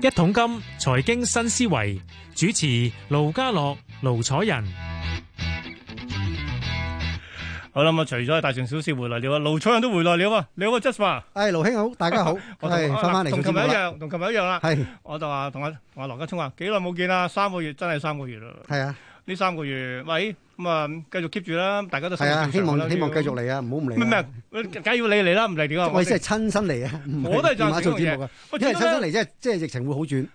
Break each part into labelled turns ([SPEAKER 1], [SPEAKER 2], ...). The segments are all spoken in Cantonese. [SPEAKER 1] 一桶金財經新思維主持盧家樂、盧楚仁，
[SPEAKER 2] 好啦，咁啊，除咗大城小事回來了啊，盧楚仁都回來了啊，你好啊，Jasper，
[SPEAKER 3] 誒，盧兄好，大家好，
[SPEAKER 2] 我同啊
[SPEAKER 3] 係翻翻嚟
[SPEAKER 2] 同
[SPEAKER 3] 做節
[SPEAKER 2] 琴日一
[SPEAKER 3] 目啦，
[SPEAKER 2] 樣，同琴日一樣啦，
[SPEAKER 3] 係
[SPEAKER 2] 我就話同阿同阿羅家聰話幾耐冇見啦，三個月真係三個月啦，
[SPEAKER 3] 係啊，
[SPEAKER 2] 呢三個月，喂，咁啊繼續 keep 住啦，大家都
[SPEAKER 3] 係啊，希望希望繼續
[SPEAKER 2] 嚟，
[SPEAKER 3] 嚟啊，唔好唔嚟
[SPEAKER 2] 咩
[SPEAKER 3] 啊。
[SPEAKER 2] 咩，梗係要你嚟啦，唔嚟點啊？
[SPEAKER 3] 我意思係親身嚟啊，唔
[SPEAKER 2] 我都係贊成
[SPEAKER 3] 電話做節目啊，
[SPEAKER 2] 喂
[SPEAKER 3] 因為
[SPEAKER 2] 始
[SPEAKER 3] 親
[SPEAKER 2] 終呢
[SPEAKER 3] 身嚟即係即係疫情會好轉，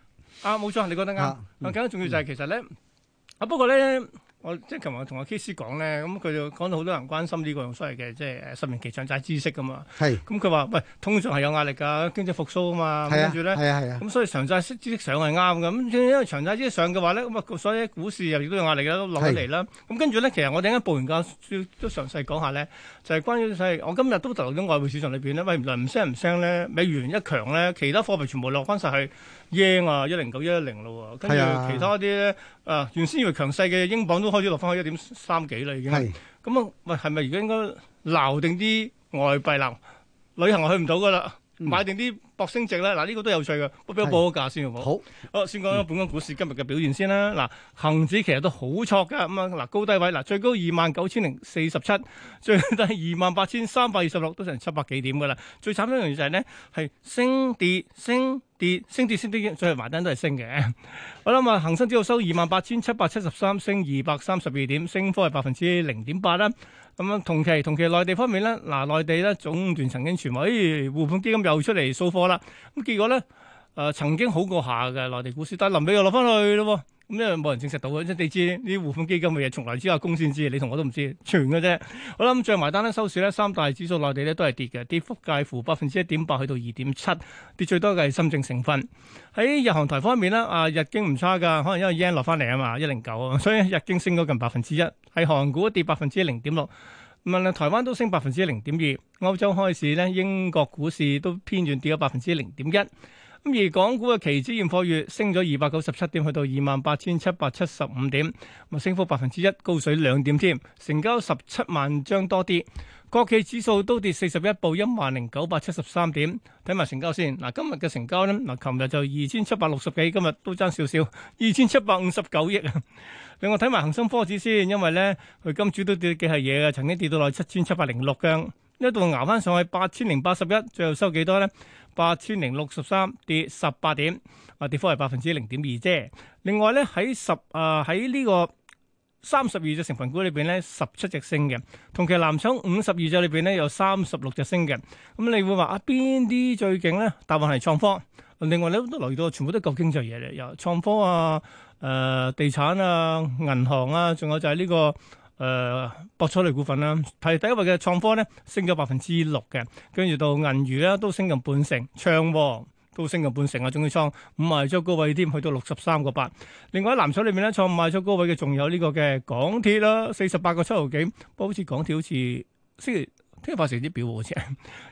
[SPEAKER 2] 啊，冇錯，你覺得啱。
[SPEAKER 3] 啊
[SPEAKER 2] 啊，
[SPEAKER 3] 嗯
[SPEAKER 2] 更加重要就係其實咧，啊不過咧，我即係琴日同阿 K 師講咧，咁佢就講到好多人關心呢個所謂嘅即係誒十年期長債孳息噶嘛。
[SPEAKER 3] 係
[SPEAKER 2] 咁佢話喂，通常係有壓力㗎，經濟復甦啊嘛。咁
[SPEAKER 3] 係啊，
[SPEAKER 2] 跟住咧，
[SPEAKER 3] 係啊係啊，
[SPEAKER 2] 咁所以長債息孳息上係啱嘅。咁因為長債孳息上嘅話咧，咁啊所以股市又亦都有壓力啦，都落咗嚟啦。咁跟住咧，其實我哋一報完價都都詳細講下咧，就係關於所以我今日都留咗外匯市場裏邊咧，喂原來唔聲唔聲咧，美元一強咧，其他貨幣全部落翻晒去 yen 啊，一零九一一零咯喎。跟住
[SPEAKER 3] 係啊
[SPEAKER 2] 其他啲咧，啊原先以為強勢嘅英鎊都開始落翻去一點三幾啦已經。
[SPEAKER 3] 係
[SPEAKER 2] 咁啊，喂係咪而家應該鬧定啲外幣鬧？旅行係去唔到噶啦。
[SPEAKER 3] 嗯
[SPEAKER 2] 買定啲博升值咧，嗱呢個都有趣嘅，不俾我
[SPEAKER 3] 係
[SPEAKER 2] 報個價先好唔好？
[SPEAKER 3] 好
[SPEAKER 2] 好，先講本港股市今日嘅表現先啦。嗱，恒指其實都好挫㗎，咁啊嗱高低位嗱最高二萬九千零四十七，最低二萬八千三百二十六，都成七百幾點㗎啦。最慘一樣嘢就係咧，係升跌升跌升跌升跌，最後埋單都係升嘅。我諗啊，恒生指數收二萬八千七百七十三，升二百三十二點，升幅係百分之零點八啦。咁啊，同期同期內地方面咧，嗱內地咧總段曾經傳話，咦、互換基金又出嚟掃貨啦。咁結果咧，誒、呃曾經好過下嘅內地股市，但係臨尾又落翻去咯喎。咁因為冇人證實到嘅，即係你知呢啲互換基金嘅嘢，從來只有公先知，你同我都唔知，傳嘅啫。好啦，咁最後埋單咧，收市咧，三大指數內地咧都係跌嘅，跌幅介乎百分之一點八去到二點七，跌最多嘅係深證成分。喺日韓台方面咧，啊日經唔差㗎，可能因為 yen 落翻嚟啊嘛，一零九啊，所以日經升咗近百分之一，係韓股跌百分之零點六。咁啊，台灣都升百分之零點二，歐洲開市咧，英國股市都偏軟跌咗百分之零點一。咁而港股嘅期指現貨月升咗二百九十七點，去到二萬八千七百七十五點，咁啊升幅百分之一，高水兩點添，成交十七萬張多啲。國企指數都跌四十一，報一萬零九百七十三點。睇埋成交先，嗱今日嘅成交咧，嗱琴日就二千七百六十幾，今日都爭少少，二千七百五十九億啊。另外睇埋恒生科指先，因為咧佢今朝都跌幾係嘢嘅，曾經跌到落七千七百零六嘅，一度捱翻上去八千零八十一，最後收幾多咧？八千零六十三，跌十八點，啊跌幅係百分之零點二啫。另外咧喺十啊喺呢個三十二隻成分股裏邊咧，十七隻升嘅，同期藍籌五十二隻裏邊咧有三十六隻升嘅。咁你會話啊邊啲最勁咧？答案係創科。另外你都留意到，全部都係舊經濟嘢嚟，由創科啊。誒、地產啊、銀行啊，仲有就係呢、個誒、呃博彩類股份啦、排第一位嘅創科咧，升咗百分之六嘅， 跟住到銀娛咧都升近半成，唱喎都升近半成啊，仲要創五賣咗高位添，去到六十三個八。另外喺藍籌裏面咧，創賣咗高位嘅仲有呢個嘅港鐵啦，四十八個七毫幾，不過好似港鐵好似星期聽日發成啲表喎好似，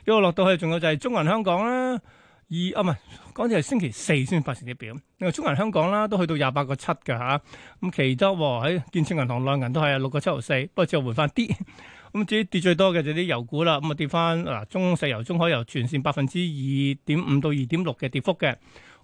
[SPEAKER 2] 一路落到去仲有就係中銀香港啦。二啊唔係，港鐵係星期四先發成啲表。另外中銀香港啦，都去到廿八個七嘅嚇。咁期得喎喺建設銀行內銀都係六個七毫四，不過之後回翻啲。咁至於跌最多嘅就啲油股啦，咁啊跌翻嗱中石油、中海油全線百分之二點五到二點六嘅跌幅嘅。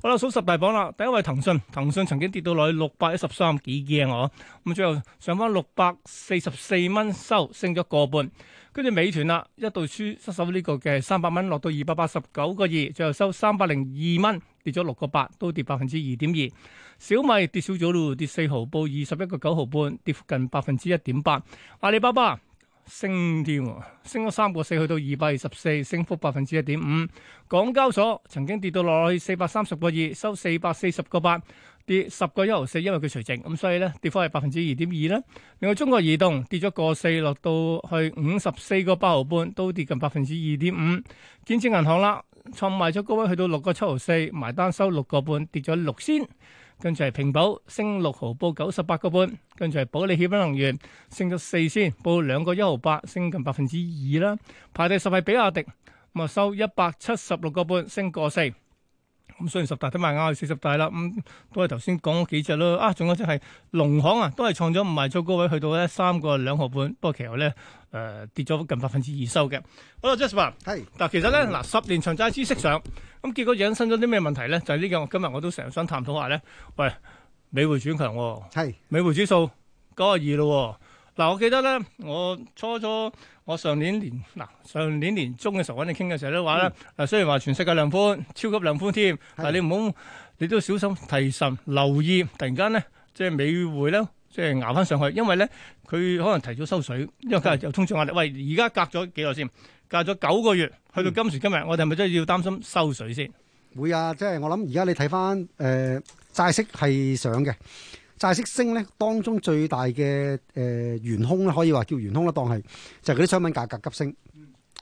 [SPEAKER 2] 好啦，數十大榜啦，第一位騰訊，騰訊曾經跌到落去六百一十三幾嘅我，咁最後上翻六百四十四蚊收，升咗個半。跟住美團啦，一度輸失守呢個嘅三百蚊，落到二百八十九個二，最後收三百零二蚊，跌咗六個八，都跌百分之二點二。小米跌少咗咯，跌四毫，報二十一個九毫半，跌幅近百分之一點八。阿里巴巴升添喎，升咗三個四，去到二百二十四，升幅百分之一點五。港交所曾經跌到落去四百三十個二，收四百四十個八，跌十個一毫四，因為佢除淨，咁所以咧跌幅係百分之二點二啦。另外中國移動跌咗個四，落到去五十四個八毫半，都跌近百分之二點五。建設銀行啦，創賣咗高位去到六個七毫四，埋單收六個半，跌咗六仙。跟住係平保升六毫，報九十八個半。跟住係保利協鑫能源升咗四仙，報兩個一毫八，升近百分之二啦。排第十係比亞迪，咁啊收一百七十六個半，升個四。咁雖然十大都賣啱，四十大啦，咁、都係頭先講嗰幾隻咯。啊，仲有即係農行啊，都係創咗唔賣咗高位，去到咧三個兩毫半，不過其後咧誒、呃跌咗近百分之二收嘅。好啦，Jasper。
[SPEAKER 3] 係
[SPEAKER 2] 嗱，其實咧，嗱十年長債孳息上，咁結果引申咗啲咩問題咧？就係呢個，我今日我都成日想探討下咧。喂，美匯轉強、喎，
[SPEAKER 3] 係
[SPEAKER 2] 美匯指數九廿二咯喎。嗱，我記得咧，我初初我上年年嗱上年年中嘅時候揾你傾嘅時候都話咧，嗱、雖然話全世界量寬，超級量寬添，但係你唔好，你都小心提神留意，突然間咧，即係美匯咧。即係捱翻上去，因為咧佢可能提早收水，因為佢係有通脹壓力。喂，而家隔咗幾耐先？隔咗九個月，去到今時今日，我哋係咪真係要擔心收水先？
[SPEAKER 3] 會啊！即係我諗而家你睇翻誒債息係上嘅，債息升咧，當中最大嘅誒、呃、元兇咧，可以話叫元兇啦，當係就係嗰啲商品價格急升，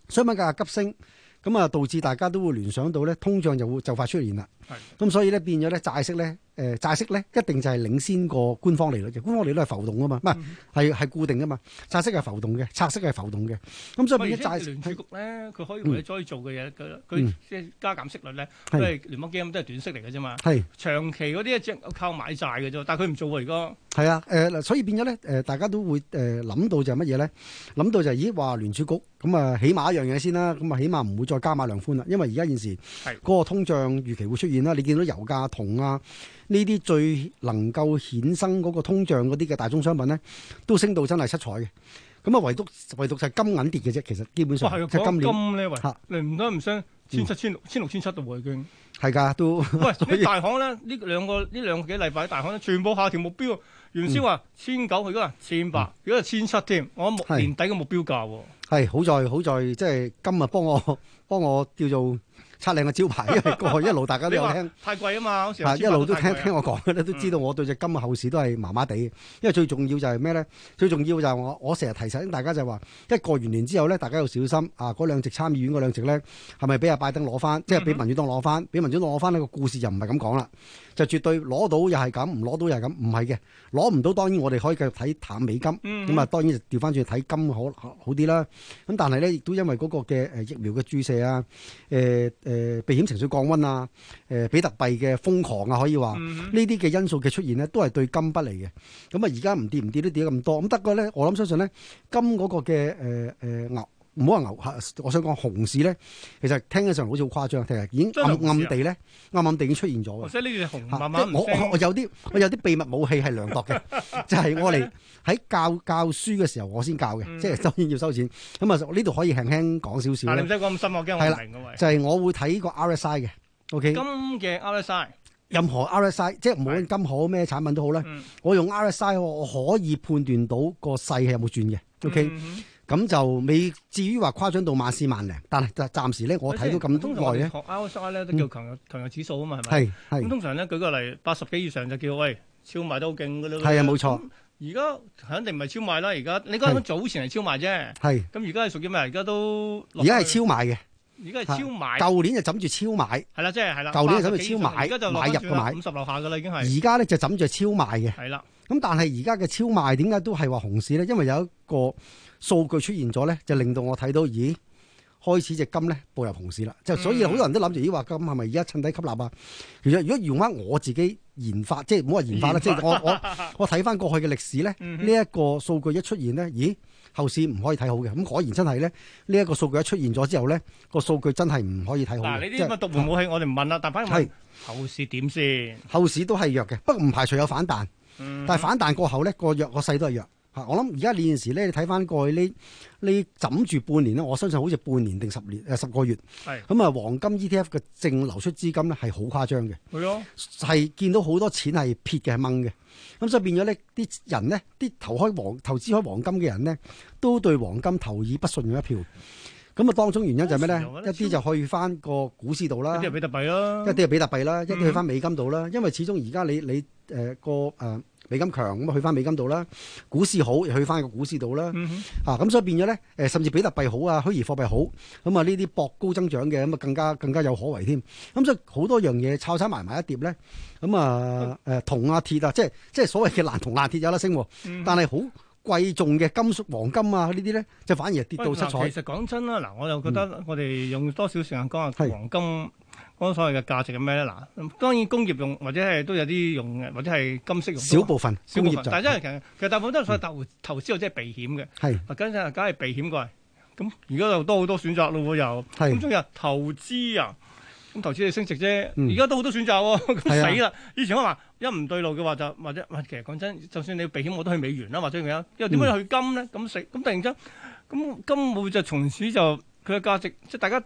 [SPEAKER 3] 商品價格急升，咁啊導致大家都會聯想到咧，通脹就會就快出現啦。咁所以咧變咗咧債息咧，誒、呃、債息咧一定就係領先過官方利率嘅，官方利率係浮動啊噶嘛，唔係係係固定噶啊嘛，債息係浮動嘅，拆息係浮動嘅，咁所以
[SPEAKER 2] 喂而
[SPEAKER 3] 變咗
[SPEAKER 2] 且
[SPEAKER 3] 債
[SPEAKER 2] 聯儲
[SPEAKER 3] 息
[SPEAKER 2] 局咧，佢可以為咗再做嘅嘢，佢佢
[SPEAKER 3] 嗯
[SPEAKER 2] 即係加減息率咧，
[SPEAKER 3] 係
[SPEAKER 2] 都係聯邦基金都係短息嚟嘅啫嘛。
[SPEAKER 3] 係。
[SPEAKER 2] 長期嗰啲一隻靠買債嘅啫，但係佢唔做喎。而家
[SPEAKER 3] 係啊，誒、嗱，所以變咗咧，誒、大家都會誒諗、到就係乜嘢咧？諗到就係、咦，話聯儲局咁啊，起碼一樣嘢先啦，咁啊，起碼唔會再加碼量寬啦，因為而家現時
[SPEAKER 2] 係
[SPEAKER 3] 嗰個通脹預期會出現啦。你見到油價、銅啊呢啲最能夠衍生嗰個通脹嗰啲嘅大宗商品咧，都升到真係七彩嘅。咁啊，唯獨唯獨就係金銀跌嘅啫，其實基本上
[SPEAKER 2] 哇係啊
[SPEAKER 3] 即係
[SPEAKER 2] 講
[SPEAKER 3] 今年
[SPEAKER 2] 金咧，喂
[SPEAKER 3] 嚇，
[SPEAKER 2] 你唔多唔少千七千六千六千七度喎已 經。
[SPEAKER 3] 係㗎，都
[SPEAKER 2] 喂，
[SPEAKER 3] 所以
[SPEAKER 2] 啲大行咧，呢兩個呢兩個幾禮拜，大行咧全部下調目標。原先話千九，而家千八，而家千七添。我目
[SPEAKER 3] 係
[SPEAKER 2] 年底嘅目標價喎。
[SPEAKER 3] 係好在好在，即係金啊幫我幫我叫做擦靚個招牌，因為過去一路大家都
[SPEAKER 2] 你
[SPEAKER 3] 有
[SPEAKER 2] 話
[SPEAKER 3] 聽。
[SPEAKER 2] 太貴啊嘛，嗰時候
[SPEAKER 3] 啊，一路都
[SPEAKER 2] 千八太貴
[SPEAKER 3] 聽
[SPEAKER 2] 啊
[SPEAKER 3] 聽我講嘅咧，都知道我對只金嘅後市都係麻麻地嘅。因為最重要就係咩咧？最重要就係我我成日提醒大家就係話，一過完年之後咧，大家要小心啊！嗰兩席參議院嗰兩席咧，係咪俾阿拜登攞
[SPEAKER 2] 嗯
[SPEAKER 3] 翻？即係俾民主黨攞翻？俾民主黨攞翻呢個故事就唔係咁講啦，就絕對攞到又係咁，唔攞到又係咁，唔係嘅。攞唔到當然我哋可以繼續睇淡美金。
[SPEAKER 2] 嗯
[SPEAKER 3] 咁啊，當然就調翻轉睇金好好好啲啦。咁但係咧，亦都因為嗰個嘅誒疫苗嘅注射啊，誒、誒、避險情緒降温啊，誒、比特幣嘅瘋狂啊，可以話
[SPEAKER 2] 嗯
[SPEAKER 3] 呢啲嘅因素嘅出現呢，都係對金不利嘅。咁啊，而家唔跌唔跌都跌咗咁多，咁得個咧，我諗相信咧，金嗰個嘅誒誒牛。唔好話牛，啊我想講熊市咧，其實聽起上嚟好似好誇張，其實已經
[SPEAKER 2] 真係
[SPEAKER 3] 暗
[SPEAKER 2] 熊市啊
[SPEAKER 3] 暗地咧，暗暗地已經出現咗嘅
[SPEAKER 2] 或。者呢隻紅
[SPEAKER 3] 嚇
[SPEAKER 2] 慢慢
[SPEAKER 3] 即
[SPEAKER 2] 唔
[SPEAKER 3] 係我我我
[SPEAKER 2] 升，
[SPEAKER 3] 有啲我有啲秘密武器係量度嘅，就係我嚟喺教教書嘅時候我先教嘅，
[SPEAKER 2] 嗯
[SPEAKER 3] 即係當然要收錢。咁啊，我呢度可以輕輕講少少
[SPEAKER 2] 但係你唔
[SPEAKER 3] 咧，
[SPEAKER 2] 使講咁深，我驚
[SPEAKER 3] 係
[SPEAKER 2] 我唔
[SPEAKER 3] 啦
[SPEAKER 2] 明嘅喂。
[SPEAKER 3] 就係我會睇個 RSI 嘅。O.K.
[SPEAKER 2] 金嘅 RSI，
[SPEAKER 3] 任何 RSI，即係無論金好咩產品都好啦，
[SPEAKER 2] 嗯
[SPEAKER 3] 我用 RSI 我我可以判斷到個勢係有冇轉嘅。O.K.
[SPEAKER 2] 嗯
[SPEAKER 3] 咁就未至於話誇張到萬四萬零，但係暫暫時咧我睇到
[SPEAKER 2] 通
[SPEAKER 3] 咁
[SPEAKER 2] 常我哋
[SPEAKER 3] 耐咧，
[SPEAKER 2] 學 RSI 咧都叫強弱強弱指數啊嘛，係咪？
[SPEAKER 3] 係
[SPEAKER 2] 咁
[SPEAKER 3] 係
[SPEAKER 2] 通常咧舉個例，八十幾以上就叫喂超賣都好勁嘅啦。
[SPEAKER 3] 係啊，冇錯，
[SPEAKER 2] 而家肯定唔係超賣啦，而家你講緊
[SPEAKER 3] 係
[SPEAKER 2] 早前係超賣啫，
[SPEAKER 3] 係
[SPEAKER 2] 咁而家係屬於咩？而家都落
[SPEAKER 3] 而家係
[SPEAKER 2] 去，
[SPEAKER 3] 超買嘅，
[SPEAKER 2] 而家係超賣，
[SPEAKER 3] 舊年就枕住超買。
[SPEAKER 2] 係啦，即係係啦。
[SPEAKER 3] 舊年
[SPEAKER 2] 80幾
[SPEAKER 3] 就超
[SPEAKER 2] 以上
[SPEAKER 3] 買
[SPEAKER 2] 而家就
[SPEAKER 3] 買入嘅買
[SPEAKER 2] 五十樓下嘅啦，已經係
[SPEAKER 3] 而家咧就枕住超賣嘅，
[SPEAKER 2] 係啦，
[SPEAKER 3] 咁但係而家嘅超賣點解都係話熊市咧？因為有一個數據出現咗咧，就令到我睇到，咦，開始只金咧步入熊市啦。就所以
[SPEAKER 2] 嗯
[SPEAKER 3] 好多人都諗住，咦話金係咪而家趁低吸納啊？其實如果用翻我自己研發，即係唔好話 研發啦，即係我我我睇翻過去嘅歷史咧，
[SPEAKER 2] 嗯
[SPEAKER 3] 呢
[SPEAKER 2] 哼
[SPEAKER 3] 一、個數據一出現咧，咦？後市唔可以睇好嘅，咁果然真係咧，呢一個數據一出現咗之後咧，個數據真係唔可以睇好
[SPEAKER 2] 嗱，
[SPEAKER 3] 嘅。
[SPEAKER 2] 你
[SPEAKER 3] 即
[SPEAKER 2] 啲
[SPEAKER 3] 係
[SPEAKER 2] 乜獨門武器我哋唔問啦，但反而問
[SPEAKER 3] 係
[SPEAKER 2] 後市點先？
[SPEAKER 3] 後市都係弱嘅，不過唔排除有反彈。
[SPEAKER 2] 嗯
[SPEAKER 3] 但係反彈過後咧，個弱個勢都係弱嚇。我諗而家呢件事咧，你睇翻過去呢呢枕住半年咧，我相信好似半年定十年誒十個月
[SPEAKER 2] 係
[SPEAKER 3] 咁啊，黃金 ETF 嘅淨流出資金咧係好誇張嘅，
[SPEAKER 2] 係咯，
[SPEAKER 3] 係見到好多錢係撇嘅係掹嘅，咁所以變咗咧啲人咧啲投開黃投資開黃金嘅人咧，都對黃金投以不信任一票。咁啊，當中原因就係咩咧？
[SPEAKER 2] 我覺得
[SPEAKER 3] 一啲就去翻個股市度啦
[SPEAKER 2] 一啲。係比特幣啦，
[SPEAKER 3] 一啲係比特幣啦，一啲
[SPEAKER 2] 嗯
[SPEAKER 3] 去翻美金度啦，因為始終而家你你誒個誒美金強咁啊，去翻美金度啦，股市好又去翻個股市度啦，
[SPEAKER 2] 嗯哼
[SPEAKER 3] 啊咁所以變咗咧誒，甚至比特幣好啊，虛擬貨幣好，咁啊呢啲博高增長嘅咁啊更加更加有可為添，咁所以好多樣嘢炒炒埋埋一碟咧，咁啊誒銅啊鐵啊，即係即係所謂嘅爛銅爛鐵有得升喎，
[SPEAKER 2] 嗯
[SPEAKER 3] 但係好貴重嘅金屬黃金啊呢啲咧就反而係跌
[SPEAKER 2] 喂
[SPEAKER 3] 到七
[SPEAKER 2] 嗱
[SPEAKER 3] 彩，嗯
[SPEAKER 2] 其實講真啦，嗱，我又覺得我哋用多少時間講下
[SPEAKER 3] 係
[SPEAKER 2] 黃金嗰所謂嘅價值係咩咧？嗱，當然工業用或者係都有啲用嘅，或者係金色用多
[SPEAKER 3] 少部分嗯
[SPEAKER 2] 少
[SPEAKER 3] 工
[SPEAKER 2] 部分，
[SPEAKER 3] 業就
[SPEAKER 2] 但係真係其實其實大部分都係所謂投投資或者係避險嘅，
[SPEAKER 3] 係
[SPEAKER 2] 嗱，梗係梗係避險過嚟。咁而家又多好多選擇咯喎又。咁
[SPEAKER 3] 係
[SPEAKER 2] 仲有投資啊，咁投資你升值啫，
[SPEAKER 3] 嗯
[SPEAKER 2] 而家都好多選擇喎，
[SPEAKER 3] 係啊
[SPEAKER 2] 咁死啦！以前我話一唔對路嘅話就或者，喂，其實講真，就算你避險我都去美元啦，或者點樣，又點解去金咧？咁
[SPEAKER 3] 嗯
[SPEAKER 2] 死咁突然間，咁金會就從此就佢嘅價值，即係大家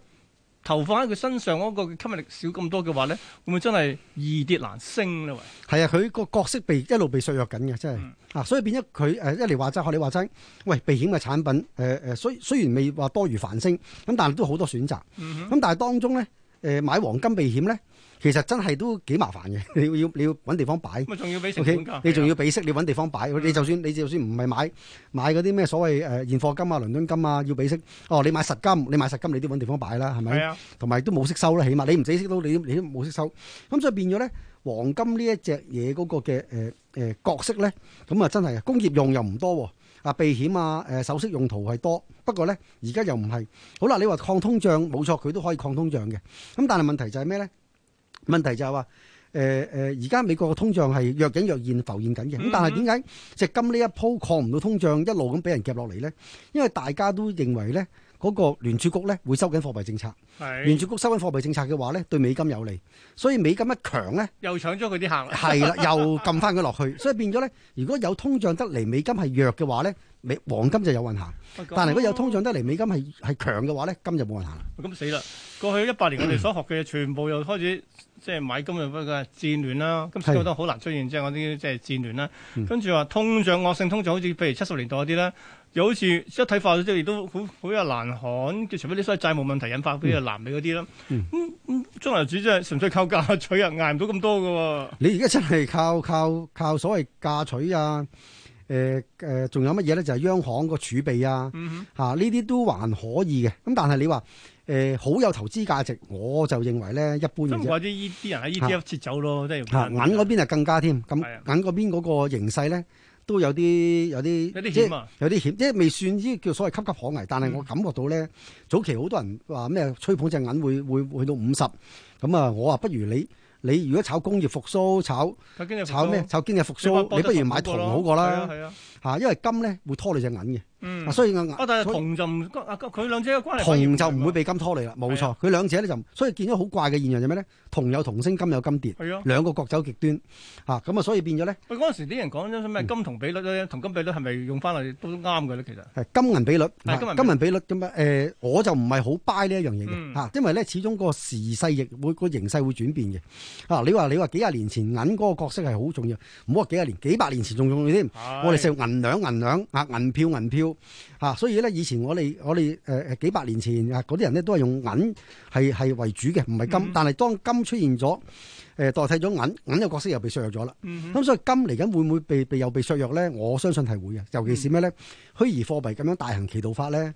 [SPEAKER 2] 投放喺佢身上嗰個嘅吸引力少咁多嘅話咧，會唔會真係易跌難升咧？喂，
[SPEAKER 3] 係啊，佢個角色被一路被削弱緊嘅，真係
[SPEAKER 2] 嗯
[SPEAKER 3] 啊，所以變咗佢誒一嚟話齋，學你話齋，喂避險嘅產品誒誒，雖雖然未話多如繁星，咁但係都好多選擇。
[SPEAKER 2] 嗯哼
[SPEAKER 3] 咁但係當中咧，誒、呃買黃金避險咧，其實真係都幾麻煩嘅。 你要要你要揾地方擺
[SPEAKER 2] 咁啊仲要俾成
[SPEAKER 3] ，OK，
[SPEAKER 2] 本價，啊嗯
[SPEAKER 3] 你仲要俾息，你揾地方擺。你就算你就算唔係買買嗰啲咩所謂誒、呃、現貨金啊、倫敦金啊，要俾息。哦，你買實金，你買實金你都揾地方擺啦，係
[SPEAKER 2] 係
[SPEAKER 3] 咪？
[SPEAKER 2] 啊，
[SPEAKER 3] 同埋都冇息收啦，起碼你唔使息到，你都你都冇息收。咁所以變咗咧，黃金呢一隻嘢嗰個嘅誒誒角色咧，咁啊真係工業用又唔多喎。啊，避險啊，誒、首飾用途係多，不過咧而家又唔係。好啦，你話抗通脹冇錯，佢都可以抗通脹嘅。咁但係問題就係咩咧？問題就係話誒誒，而家美國嘅通脹係若隱若現浮現緊嘅。咁但係點解隻金呢一鋪抗唔到通脹，一路咁俾人夾落嚟咧？因為大家都認為咧，嗰、個聯儲局咧會收緊貨幣政策。聯
[SPEAKER 2] 係
[SPEAKER 3] 儲局收緊貨幣政策嘅話咧，對美金有利，所以美金一強咧，
[SPEAKER 2] 又搶咗佢啲客啦。
[SPEAKER 3] 係啦，又撳翻佢落去，所以變咗咧，如果有通脹得嚟，美金係弱嘅話咧，美黃金就有運行；但係如果有通脹得嚟，美金係係強嘅話咧，金就冇運行啦。
[SPEAKER 2] 咁死啦！過去一百年我哋所學嘅嘢，全部又開始即係買金又不過係戰亂啦。咁所以覺得好難出現即係嗰啲即係戰亂啦。
[SPEAKER 3] 嗯
[SPEAKER 2] 跟住話通脹惡性通脹，好似譬如七十年代嗰啲咧，又好似一睇化咗之後，亦都好好有難看嘅。除非啲所謂債務問題引發，譬如南美嗰啲啦。
[SPEAKER 3] 嗯
[SPEAKER 2] 咁咁中南主真係純粹靠嫁娶啊，捱唔到咁多嘅
[SPEAKER 3] 你而家真係靠靠靠所謂嫁娶啊，誒、誒，仲、有乜嘢咧？就係、央行個儲備啊，
[SPEAKER 2] 喎。
[SPEAKER 3] 嚇呢啲都還可以嘅。咁但係你話誒、好有投資價值，我就認為咧一般
[SPEAKER 2] 咁
[SPEAKER 3] 嘅
[SPEAKER 2] 唔
[SPEAKER 3] 啫。
[SPEAKER 2] 怪之依啲人喺 ETF 撤走咯，即
[SPEAKER 3] 嚇
[SPEAKER 2] 係
[SPEAKER 3] 啊銀嗰邊就更加添，咁
[SPEAKER 2] 係啊
[SPEAKER 3] 銀嗰邊嗰個形勢咧都有啲有啲
[SPEAKER 2] 有啲
[SPEAKER 3] 即係
[SPEAKER 2] 險啊！
[SPEAKER 3] 有啲險，即係未算呢叫所謂岌岌可危，但係
[SPEAKER 2] 嗯
[SPEAKER 3] 我感覺到咧，早期好多人話咩吹捧隻銀會會會去到五十，咁啊我話不如你你如果炒工業復甦，炒
[SPEAKER 2] 究竟有冇
[SPEAKER 3] 炒咩炒經濟復甦，你不如買銅好過
[SPEAKER 2] 係啊
[SPEAKER 3] 啦
[SPEAKER 2] 係啊，
[SPEAKER 3] 嚇，因為金咧會拖你隻銀嘅，
[SPEAKER 2] 嗯
[SPEAKER 3] 啊所以個銀
[SPEAKER 2] 啊！但係
[SPEAKER 3] 所以
[SPEAKER 2] 銅就唔啊，佢兩者嘅關係反而
[SPEAKER 3] 銅就唔會
[SPEAKER 2] 係
[SPEAKER 3] 被金拖累啦，冇
[SPEAKER 2] 係啊
[SPEAKER 3] 錯，佢兩者咧就唔所以見咗好怪嘅現象就咩咧？銅有銅升，金有金跌，
[SPEAKER 2] 喎係啊！
[SPEAKER 3] 兩個各走極端嚇，咁啊所以變咗咧。
[SPEAKER 2] 喂，嗰陣時啲人講咗咩
[SPEAKER 3] 嗯
[SPEAKER 2] 金銅比率咧，銅金比率係咪用翻嚟都啱嘅咧？其實
[SPEAKER 3] 係金銀比率，
[SPEAKER 2] 係金銀比率
[SPEAKER 3] 嗱金銀比率咁啊，誒，我就唔係好 buy 呢一樣嘢
[SPEAKER 2] 嗯
[SPEAKER 3] 嘅嚇，因為咧始終個時勢亦會個形勢會轉變嘅。啊，你話你話幾廿年前銀嗰個角色係好重要，唔好話幾廿年，幾百年前仲重要添。我哋食銀兩銀兩啊，銀票銀票嚇、啊所以咧以前我哋我哋誒誒幾百年前啊，嗰啲人咧都係用銀係係為主嘅，唔係金。
[SPEAKER 2] 嗯
[SPEAKER 3] 但係當金出現咗，誒、代替咗銀，銀嘅角色又被削弱咗啦。
[SPEAKER 2] 嗯哼
[SPEAKER 3] 咁所以金嚟緊會唔會被被又被削弱咧？我相信係會嘅，尤其是
[SPEAKER 2] 嗯
[SPEAKER 3] 咩咧？虛擬貨幣咁樣大行其道法咧，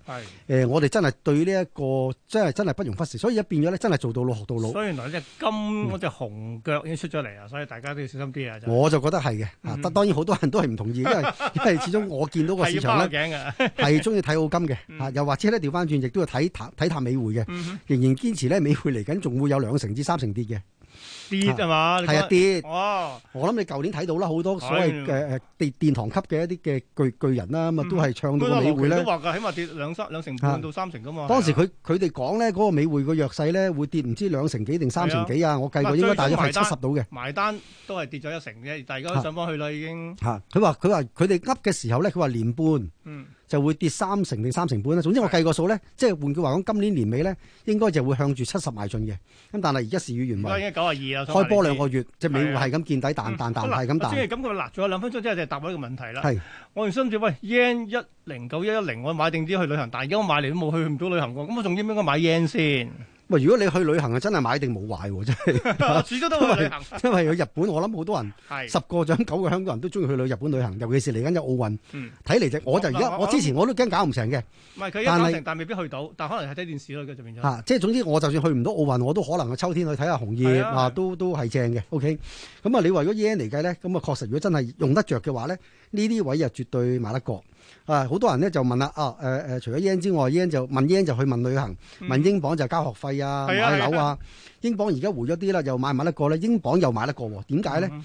[SPEAKER 3] 誒、
[SPEAKER 2] 係，
[SPEAKER 3] 我哋真係對呢、一個真係真係不容忽視，所以一變咗咧，真係做到老學到老，
[SPEAKER 2] 所以原來隻金嗰隻紅腳已經出咗嚟啊，所以大家都要小心啲啊！真係
[SPEAKER 3] 我就覺得係嘅。啊
[SPEAKER 2] 嗯，
[SPEAKER 3] 但當然好多人都係唔同意，因 為因為始終我見到個
[SPEAKER 2] 係
[SPEAKER 3] 市
[SPEAKER 2] 要
[SPEAKER 3] 場
[SPEAKER 2] 包
[SPEAKER 3] 咧
[SPEAKER 2] 頸嘅。
[SPEAKER 3] 係中意睇澳金嘅，啊，
[SPEAKER 2] 嗯
[SPEAKER 3] 又或者咧調翻轉，亦都要睇淡睇淡美匯嘅，
[SPEAKER 2] 嗯哼
[SPEAKER 3] 仍然堅持咧美匯嚟緊仲會有兩成至三成跌嘅，
[SPEAKER 2] 跌啊嘛，你
[SPEAKER 3] 係啊
[SPEAKER 2] 講
[SPEAKER 3] 跌。
[SPEAKER 2] 哦，
[SPEAKER 3] 我諗你舊年睇到啦，好多所
[SPEAKER 2] 係
[SPEAKER 3] 謂嘅誒殿殿堂級嘅一啲嘅巨巨人啦，咁啊
[SPEAKER 2] 嗯
[SPEAKER 3] 都係唱到
[SPEAKER 2] 高德
[SPEAKER 3] 個美
[SPEAKER 2] 羅
[SPEAKER 3] 匯
[SPEAKER 2] 奇都。
[SPEAKER 3] 咧
[SPEAKER 2] 話㗎，起碼跌兩三兩成半
[SPEAKER 3] 啊
[SPEAKER 2] 到三成㗎嘛。
[SPEAKER 3] 當時
[SPEAKER 2] 係啊
[SPEAKER 3] 佢佢哋講咧，嗰、個美匯個弱勢咧會跌唔知兩成幾定三成幾啊！我計過應該大約係七十到嘅
[SPEAKER 2] 埋單都係跌咗一成啫，但係而家都上翻去啦已經。
[SPEAKER 3] 嚇。佢話佢話佢哋噏嘅時候咧，佢話年半
[SPEAKER 2] 嗯，
[SPEAKER 3] 就會跌三成定三成半啦。啊總之我計個數咧，即係換句話講，今年年尾咧應該就會向住七十邁進嘅。咁但係而家事與願
[SPEAKER 2] 而家已
[SPEAKER 3] 違，
[SPEAKER 2] 經九廿二啦。
[SPEAKER 3] 開波兩
[SPEAKER 2] 個。
[SPEAKER 3] 個月，即係美匯
[SPEAKER 2] 係啊
[SPEAKER 3] 係咁見底彈彈彈係咁
[SPEAKER 2] 即係
[SPEAKER 3] 彈，
[SPEAKER 2] 咁佢嗱，仲有兩分鐘之後就答我呢個問題啦。
[SPEAKER 3] 係
[SPEAKER 2] 我原心住喂 yen 一零九一一零，我買定啲去旅行，但係而家我買嚟都冇去唔到旅行喎，咁我仲應唔應該買 yen 先？
[SPEAKER 3] 喂，如果你去旅行啊，真係買定冇壞喎，真係。
[SPEAKER 2] 我始終都去旅行，
[SPEAKER 3] 因為去日本，我諗好多人
[SPEAKER 2] 係
[SPEAKER 3] 十個獎九個香港人都中意去旅日本旅行，尤其是嚟緊有奧運
[SPEAKER 2] 嗯，
[SPEAKER 3] 睇嚟就我就而
[SPEAKER 2] 我
[SPEAKER 3] 家我之前我都驚搞唔成嘅。
[SPEAKER 2] 唔係佢一
[SPEAKER 3] 但係
[SPEAKER 2] 搞成，但係未必去到，但可能係睇電視咯，佢就變
[SPEAKER 3] 嚇、
[SPEAKER 2] 咗。
[SPEAKER 3] 即係總之我就算去唔到奧運，我都可能去秋天去睇下紅葉
[SPEAKER 2] 係啊
[SPEAKER 3] 啊都都係正嘅。OK，咁啊，你話如果 yen 嚟計咧，咁啊確實如果真係用得着嘅話咧，呢啲位又絕對買得過。啊，好多人咧就問啦，啊誒誒、呃除咗 yen 之外，yen 就問 yen 就去問旅行，問英鎊就交學費啊、
[SPEAKER 2] 嗯係啊
[SPEAKER 3] 買樓
[SPEAKER 2] 係
[SPEAKER 3] 啊。英鎊而家回咗啲啦，又買唔買得過咧？英鎊又買得過喎，點解咧？誒、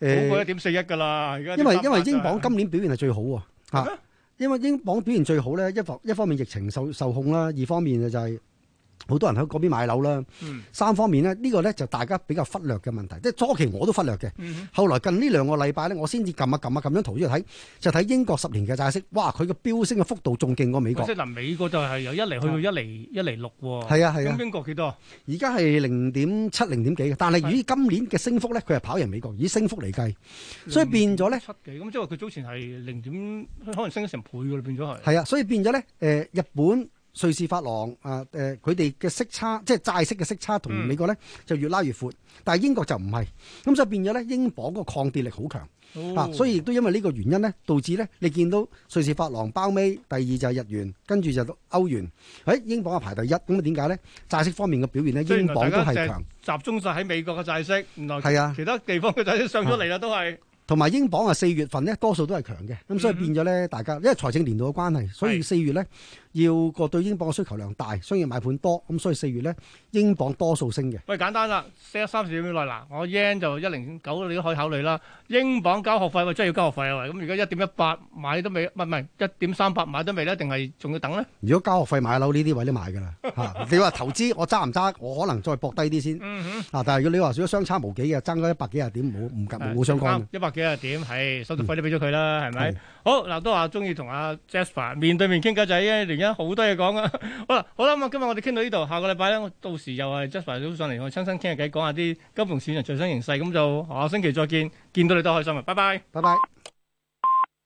[SPEAKER 2] 嗯好啊過一點四一㗎啦，而家
[SPEAKER 3] 因為
[SPEAKER 2] 1.38
[SPEAKER 3] 因為英
[SPEAKER 2] 真
[SPEAKER 3] 鎊
[SPEAKER 2] 係
[SPEAKER 3] 今年表現係最好喎、嚇
[SPEAKER 2] 係咩
[SPEAKER 3] 因為英鎊表現最好咧，一方一方面疫情受受控啦，二方面就係好多人喺嗰邊買樓啦，
[SPEAKER 2] 嗯
[SPEAKER 3] 三方面咧呢、呢個咧就大家比較忽略嘅問題，即係初期我都忽略嘅。
[SPEAKER 2] 嗯哼
[SPEAKER 3] 後來近呢兩個禮拜咧，我先至撳啊撳啊撳張圖出嚟睇，就睇英國十年嘅債息，哇！佢嘅飆升嘅幅度仲勁過美國
[SPEAKER 2] 即。係嗱，美國就係由一厘去到一厘一厘六喎。
[SPEAKER 3] 係啊係
[SPEAKER 2] 咁
[SPEAKER 3] 啊，
[SPEAKER 2] 英國幾多？
[SPEAKER 3] 而家係零點七零點幾嘅，但係以今年嘅升幅咧，佢係跑贏美國，以升幅嚟計，所以變咗咧，
[SPEAKER 2] 七幾咁，即係話佢早前係零點，可能升咗成倍㗎啦，變咗係。
[SPEAKER 3] 係啊，所以變咗咧，誒、日本、瑞士法郎啊，誒、佢哋嘅息差，即係債息嘅息差同
[SPEAKER 2] 嗯
[SPEAKER 3] 美國咧就越拉越闊，但係英國就唔係，咁所以變咗咧，英鎊個抗跌力好強。
[SPEAKER 2] 哦
[SPEAKER 3] 啊，所以亦都因為呢個原因咧，導致咧你見到瑞士法郎包尾，第二就係日元，跟住就到歐元，誒、英鎊啊排第一，咁啊點解咧？債息方面嘅表現咧，
[SPEAKER 2] 所以
[SPEAKER 3] 英
[SPEAKER 2] 原來
[SPEAKER 3] 鎊都
[SPEAKER 2] 大家
[SPEAKER 3] 係
[SPEAKER 2] 就
[SPEAKER 3] 強，
[SPEAKER 2] 集中晒喺美國嘅債息，原來
[SPEAKER 3] 係啊，
[SPEAKER 2] 其他地方嘅債息上咗嚟啦，都係。
[SPEAKER 3] 同埋英鎊啊四月份咧多數都係強嘅，咁所以
[SPEAKER 2] 嗯哼
[SPEAKER 3] 變咗咧大家因為財政年度嘅關係，所以
[SPEAKER 2] 係
[SPEAKER 3] 四月咧要個對英鎊嘅需求量大，商業買盤多，咁所以四月咧英鎊多數升嘅，
[SPEAKER 2] 喂，簡單啦，四一三四點幾內嗱，我 yen 就一零九，你都可以考慮啦。英鎊交學費，喂，真係要交學費啊！喂，咁而家一點一八買都未，唔係唔係一點三八買都未咧，定係仲要等咧？
[SPEAKER 3] 如果交學費買樓呢啲位都買㗎 啦，嚇你話投資我揸唔揸？我可能再搏低啲先，
[SPEAKER 2] 嗯
[SPEAKER 3] 啊但係如果你話如果相差無幾嘅，爭咗一百幾廿點冇唔夾
[SPEAKER 2] 哼，
[SPEAKER 3] 冇相干嘅。
[SPEAKER 2] 一百幾啊點，係手續費都俾咗佢啦，係咪
[SPEAKER 3] 係？
[SPEAKER 2] 好嗱，都話中意同阿 Jasper 面對面傾偈仔，因為而家好多嘢講啊。 好啦，好啦，咁啊，今日我哋傾到呢度，下個禮拜咧，我到時又係 Jasper 都上嚟我親身傾下偈，講下啲金融市場最新形勢，咁就下星期再見，見到你都開心啊，拜拜。
[SPEAKER 3] 拜拜。